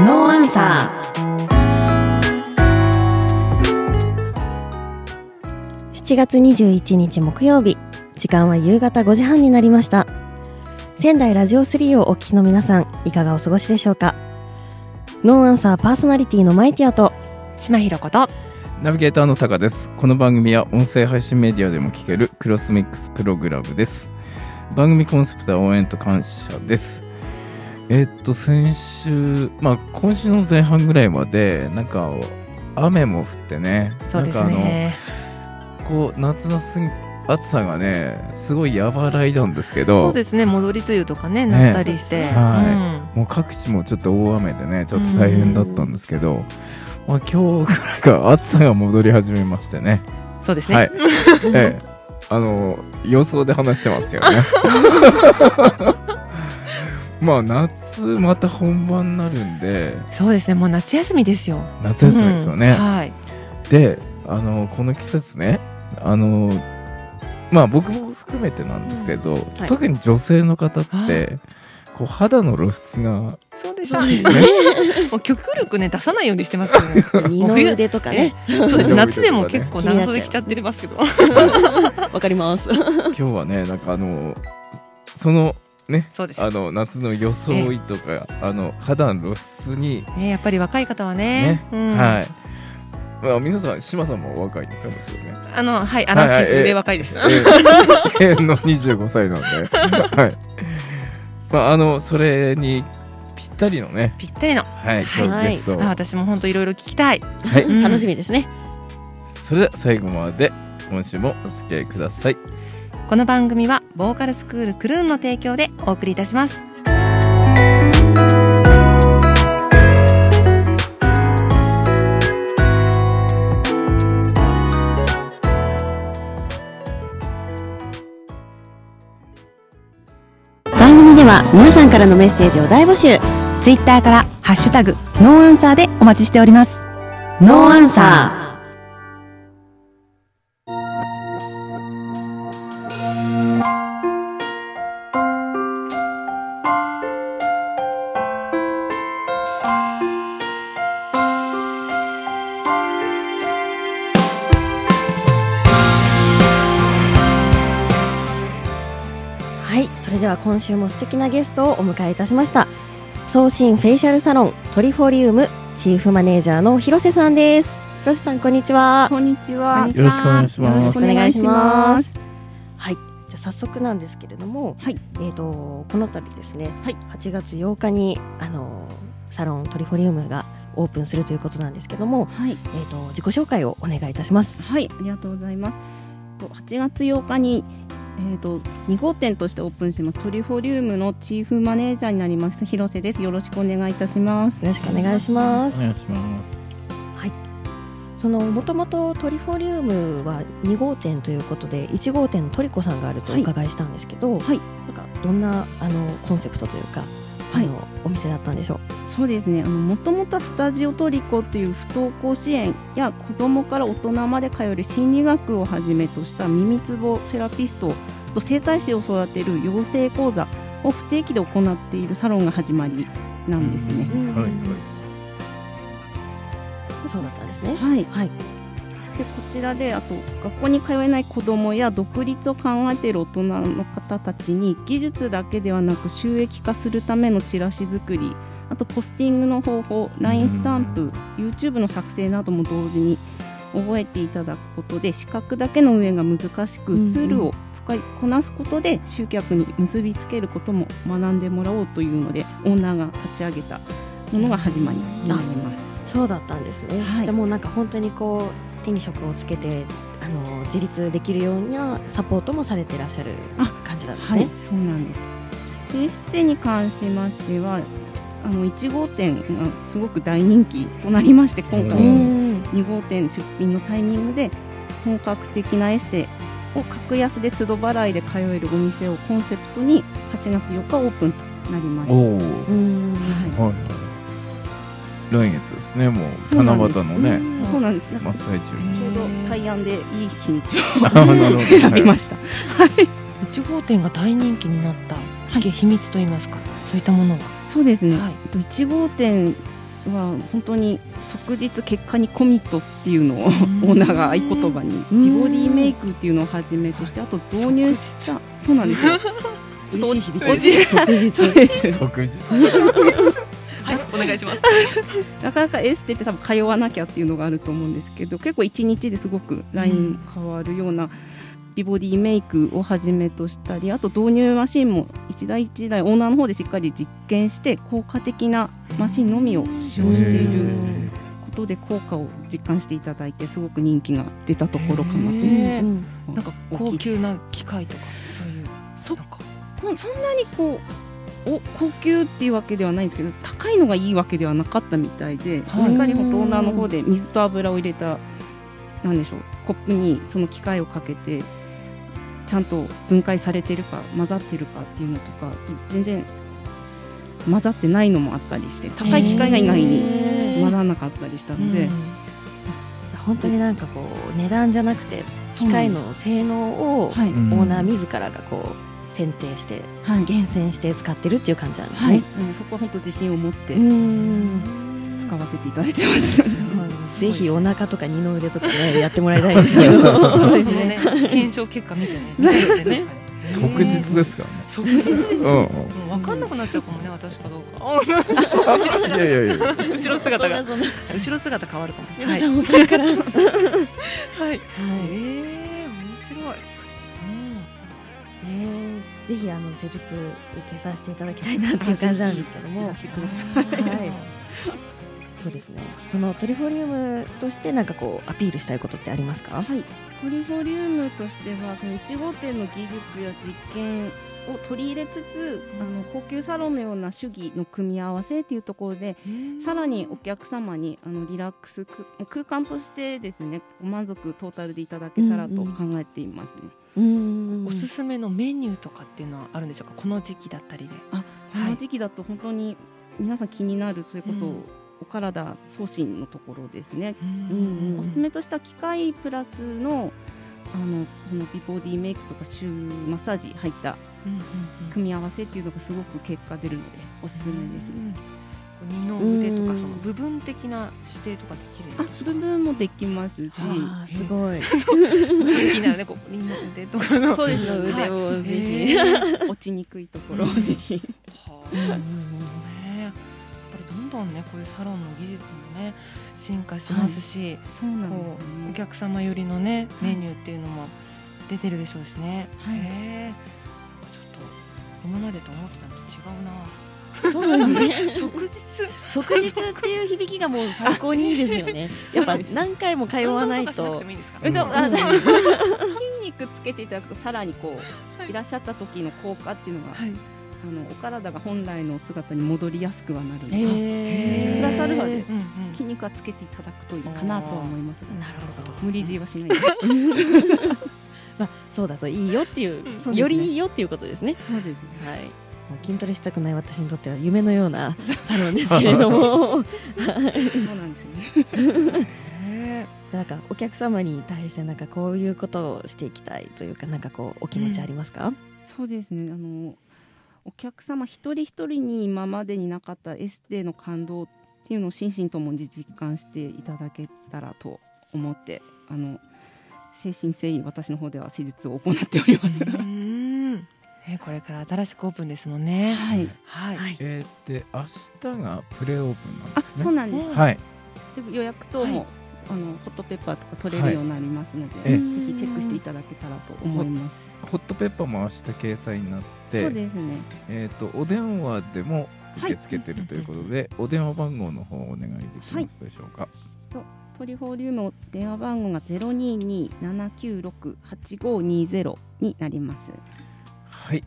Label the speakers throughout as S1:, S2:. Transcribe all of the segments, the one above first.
S1: ノーアンサ
S2: 7月21日木曜日時間は夕方5時半になりました仙台ラジオ3をお聞きの皆さんいかがお過ごしでしょうかノンアンサーパーソナリティのマイティアと
S1: ー島ひろこと
S3: ナビゲーターのタカです。この番組は音声配信メディアでも聞けるクロスミックスプログラムです。番組コンセプトは応援と感謝です。えっと、先週、まあ、今週の前半ぐらいまで、なんか、雨も降ってね、
S1: そうですね
S3: なんかあの、こう、夏のす暑さがね、すごい和らいだんですけど、
S1: そうですね戻り梅雨とかね
S3: ね
S1: なったりして、
S3: はもう各地もちょっと大雨でね、ちょっと大変だったんですけど、まあ、今日からか暑さが戻り始めましてね。
S1: うんそうですね、
S3: はい。ええ、 あの予想で話してますけどね。まあ夏また本番になるんで
S1: そうですねもう夏休みですよ
S3: 夏休みですよ
S1: うん
S3: ね。
S1: はい
S3: で、あのこの季節ね、あのまあ僕も含めてなんですけど、
S1: はい
S3: 特に女性の方って、
S1: はい
S3: こう肌の露出が
S1: そうでし
S2: そ
S1: た
S2: うです
S3: ね
S1: もう極力ね出さないようにしてますけどね
S2: 二の腕とかね
S1: そうです夏でも
S3: そういう
S1: 結
S3: こ
S1: 構
S2: とね
S1: 長袖着ちゃってますけど
S2: わかります
S3: 今日はねなんかあのそのね
S1: そうです
S3: あの夏の装いとか、あの肌の露出に
S1: ねやっぱり若い方はね
S3: ね
S1: うん
S3: はい。まあ、皆さん、島さんもお若いですよね、もちろんね。
S1: あのはいアナフィス
S3: はいはいえ
S1: で
S3: え
S1: 若いです、
S3: 永遠の25歳なんで。はい。まあ、あの、それにぴったりのね、
S1: ぴったりの
S3: はい、
S1: はい
S3: 今日ゲストを。
S1: あ
S3: は
S1: 私も本当いろいろ聞きたい
S3: い。
S1: うん
S2: 楽しみですね
S3: それでは最後まで、今週もお付き合いください。
S1: この番組はボーカルスクールクルーンの提供でお送りいたします
S2: 番組では皆さんからのメッセージを大募集
S1: ツイッターからハッシュタグノーアンサーでお待ちしております
S2: ノーアンサーはいそれでは今週も素敵なゲストをお迎えいたしました送信フェイシャルサロントリフォリウムチーフマネージャーの広瀬さんです広瀬さんこんにちは。
S4: こんにちは。
S3: よろしくお願いします
S4: よろしくお願いします
S2: はい、じゃあ早速なんですけれども、
S4: はい
S2: えっ、とこの度ですね、
S4: はい
S2: 8月8日にあのサロントリフォリウムがオープンするということなんですけども、
S4: はい
S2: えっ、と自己紹介をお願いいたします。
S4: はい、ありがとうございます。と8月8日にえっ、と2号店としてオープンします。トリフォリウムのチーフマネージャーになります広瀬です。よろしくお願いいたします。
S2: よろしくお願いします。
S3: いします。
S2: そのもともとトリフォリウムは2号店ということで、1号店のトリコさんがあるとお伺いしたんですけど、
S4: はい
S2: なんかどんなあのコンセプトというか、
S4: はい
S2: あのお店だったんでしょう。
S4: そうですね。あの元々はスタジオトリコという不登校支援や子どもから大人まで通える心理学をはじめとした耳つぼセラピストと整体師を育てる養成講座を不定期で行っているサロンが始まりなんですね。
S2: うん
S3: はい、はい。
S2: そうだったんですね。
S4: はい。
S2: はい。
S4: でこちらであと学校に通えない子どもや独立を考えている大人の方たちに技術だけではなく収益化するためのチラシ作りあとポスティングの方法 LINE スタンプ YouTube の作成なども同時に覚えていただくことで資格だけの運営が難
S2: う
S4: し
S2: んう
S4: く
S2: ん
S4: ツールを使いこなすことで集客に結びつけることも学んでもらおうというのでオーナーが立ち上げたものが始まりになります。
S2: そうだったんですね。
S4: はい
S2: でもなんか本当にこう手に職をつけてあの自立できるようなサポートもされていらっしゃる
S4: あ
S2: 感じなんです
S4: は
S2: ね。
S4: い、そうなんです。でエステに関しましては、あの1号店がすごく大人気となりまして、今
S3: う
S2: う
S4: 回
S2: ん。
S4: 2号店出品のタイミングで本格的なエステを格安で都度払いで通えるお店をコンセプトに8月4日オープンとなりました。は
S3: おー
S2: うん。
S4: い。
S3: はい。来月ですね、もう、
S4: そう
S3: 七
S4: なんです
S3: 夕のね、
S2: うん
S4: そうなんです。なん
S3: 真
S4: か
S3: っ最中に。
S4: ちょうど対案でいい日にち
S3: あーなるほど
S4: を 選びました。
S1: 1号店が大人気になった、
S4: い
S1: 秘密といいますかそういったものが
S4: そうですね。
S1: はい
S4: えっと1号店は本当に即日結果にコミットっていうのをオ
S1: ん
S4: ーナーが合言葉に
S2: うん
S4: 美ボディメイクっていうのをはじめとしてあと導入したそうなんですよちょっと
S5: 嬉しい響
S4: お
S5: き
S4: じい
S2: 即日
S4: そうです
S3: 即日
S5: はいお願い します
S4: なかなかエステって多分通わなきゃっていうのがあると思うんですけど結構1日ですごくライン変わるような美ボディメイクをはじめとしたりあと導入マシンも一台一台オーナーの方でしっかり実験して効果的なマシンのみを使用していることで効果を実感していただいてすごく人気が出たところかなと
S2: う
S1: へ
S2: ん
S1: ー
S2: うん
S4: 思う
S5: なんか高級な機械とかそういう
S4: そ
S5: なんか
S4: こそんなにこうお高級っていうわけではないんですけど高いのがいいわけではなかったみたいで、
S5: はい
S4: しっかり本当オーナーの方で水と油を入れたなんでしょうコップにその機械をかけてちゃんと分解されてるか混ざってるかっていうのとか全然混ざってないのもあったりして高い機械が意外に混ざらなかったりしたので、
S2: 本当になんかこう値段じゃなくて機械の性能をオ
S4: はい、
S3: うん
S2: ーナー自らがこう選定して
S4: はい
S2: 厳選して使ってるっていう感じなんです
S4: はい
S2: ね。
S4: うんそこは本当自信を持って
S2: うん
S4: 使わせていただいてます。
S2: ぜひお腹とか二の腕とかねやってもらいたいですけ ど。
S5: そうですね検証結果見てね見てね
S3: 即日ですからね
S5: 即日ですよ
S3: うん
S5: も
S3: うん
S5: う分かんなくなっちゃうかもね私かどうかあ後ろ
S3: いや
S5: 姿
S3: いやいや
S5: 後ろ姿が後ろ姿変わるかもし れない
S2: 皆さんもそれから。はい。
S5: はいえー面白いうん
S2: ねえぜひあの施術受けさせていただきたいなっていう感じなんですけども
S4: あぜひいらしてくだ さ
S2: はいそうですねそのトリフォリウムとしてなんかこうアピールしたいことってありますか
S4: はい、トリフォリウムとしてはその1号店の技術や実験を取り入れつつあの高級サロンのような手技の組み合わせっていうところでさらにお客様にあのリラックスく空間としてですねご満足トータルでいただけたら
S2: うんう
S4: と
S2: ん
S4: 考えていますね。
S2: うーん
S5: おすすめのメニューとかっていうのはあるんでしょうかこの時期だったりで
S4: あこの時期だと本当に皆さん気になるそれこそ、
S5: うん
S4: お体送信のところですね
S5: う
S2: うん
S4: おすすめとした機械プラスのあのその美ボディメイクとかシューマッサージ入った
S5: うんうんうん
S4: 組み合わせっていうのがすごく結果出るのでおすすめですね。
S5: うん。二の腕と
S2: う
S5: か
S2: ん
S5: その部分的な指定とかできるん
S4: あ
S5: ですか
S4: 部分もできますし
S2: あーすごい
S5: 気になるねこう二の腕とかの
S4: そうですね腕をぜひ、
S5: はいへー
S4: 落ちにくいところをぜひ、
S5: はあねえやっぱりどんどんねこういうサロンの技術もね進化しますし、
S4: そうな
S5: こうお
S4: んですね
S5: 客様寄りのね
S4: はい
S5: メニューっていうのも出てるでしょうしね、
S4: はい
S5: へえちょっと今までと思ってたのと違うな
S2: そうですね
S5: 即日
S2: 即日っていう響きがもう最高にいいですよ ねやっぱ何回も通わない
S5: 運動かしなく
S2: と
S5: てもいいんですか
S3: 運動
S2: あの
S4: 筋肉つけていただくとさらにこう、い、らっしゃった時の効果っていうのが、
S5: はい
S4: あのお体が本来の姿に戻りやすくはなるので、
S2: へー
S4: プラスアルファで
S5: うんうん
S4: 筋肉はつけていただくといいかなとは思いますが
S2: なるほど
S4: 無理強いはしない です
S2: まあそうだといいよっていう
S4: そうですね
S2: よりいいよっていうことですね
S4: そうですね
S2: はい、もう筋トレしたくない私にとっては夢のよう なサロンですけれども
S4: そうなんですね
S5: へ
S2: なんかお客様に対してなんかこういうことをしていきたいというかなんかこうお気持ちありますか、
S4: そうですねあのお客様一人一人に今までになかったエステの感動っていうのを心身ともに実感していただけたらと思ってあの精神誠意私の方では施術を行っております。
S5: ーうんねこれから新しくオープンですもんね
S4: はい、
S5: はい、
S2: はい
S3: えー、で明日がプレオープンなん
S4: あ
S3: ですね
S4: そうなんです、
S3: はい
S4: で予約等も、
S5: は
S4: あのホットペッパーとか取れるようになりますので、
S3: ええ
S4: ぜひチェックしていただけたらと思います。
S3: ホットペッパーも明日掲載になって
S4: そうですね
S3: えー、とお電話でも受け付けてるということで、お電話番号の方をお願いできますでしょうか、
S4: トリフォリウム電話番号がゼロ二二七九六八五二ゼロになります。
S3: はい、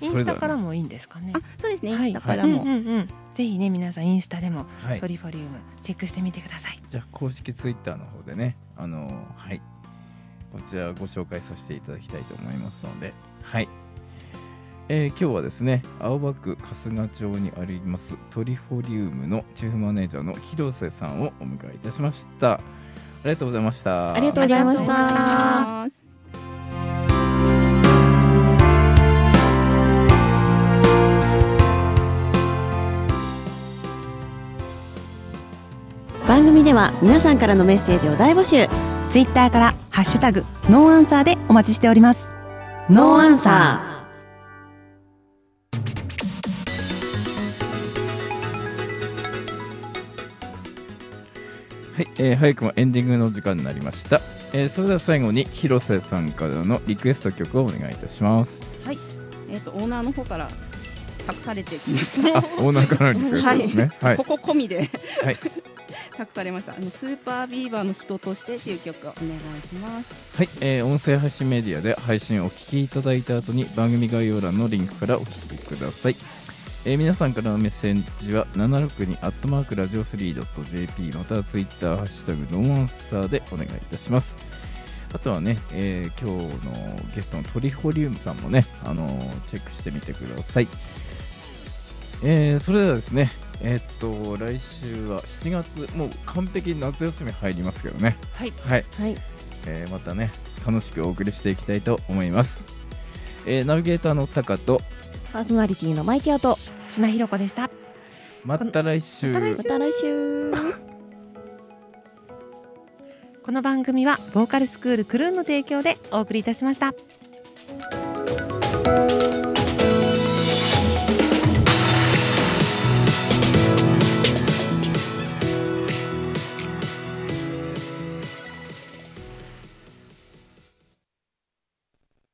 S5: インスタからもいいんですかね
S4: あ、そうですね。
S5: はい
S4: インスタからも、
S5: うんうんうんぜひね皆さんインスタでも
S3: はい
S5: トリフォリウムチェックしてみてください
S3: じゃあ公式ツイッターの方でねあのーはいこちらご紹介させていただきたいと思いますのではい、えー今日はですね青葉区春日町にありますトリフォリウムのチーフマネージャーの広瀬さんをお迎えいたしましたありがとうございました
S2: ありがとうございました
S4: ありがとうございます
S2: 番組では皆さんからのメッセージを大募集
S1: ツイッターから「ハッシュタグノーアンサー」でお待ちしておりますノーアンサ
S3: はい、えー早くもエンディングの時間になりました、えーそれでは最後に広瀬さんからのリクエスト曲をお願いいたします
S4: えっ、とオーナーの方から託されてきました。
S3: あオーナーからのリクエストですねはい
S4: ここ込みで、
S3: はい
S4: 託されました。あのスーパービーバーの人としてという曲をお願いします。
S3: はい、えー音声配信メディアで配信をお聞きいただいた後に番組概要欄のリンクからお聞きください、えー皆さんからのメッセージは762アットマークラジオ 3.jp またはツイッターハッシュタグノーアンサーでお願いいたしますあとはね、えー今日のゲストのトリホリウムさんもね、あのーチェックしてみてください、えーそれではですねえーっと来週は7月もう完璧に夏休み入りますけどね
S5: はい
S3: はい
S2: はい
S3: えーまたね楽しくお送りしていきたいと思います、えーナビゲーターのタカと
S2: パーソナリティのマイケアと
S1: ー島ひろ子でした
S3: また来週
S2: また来週
S1: この番組はボーカルスクールクルーンの提供でお送りいたしました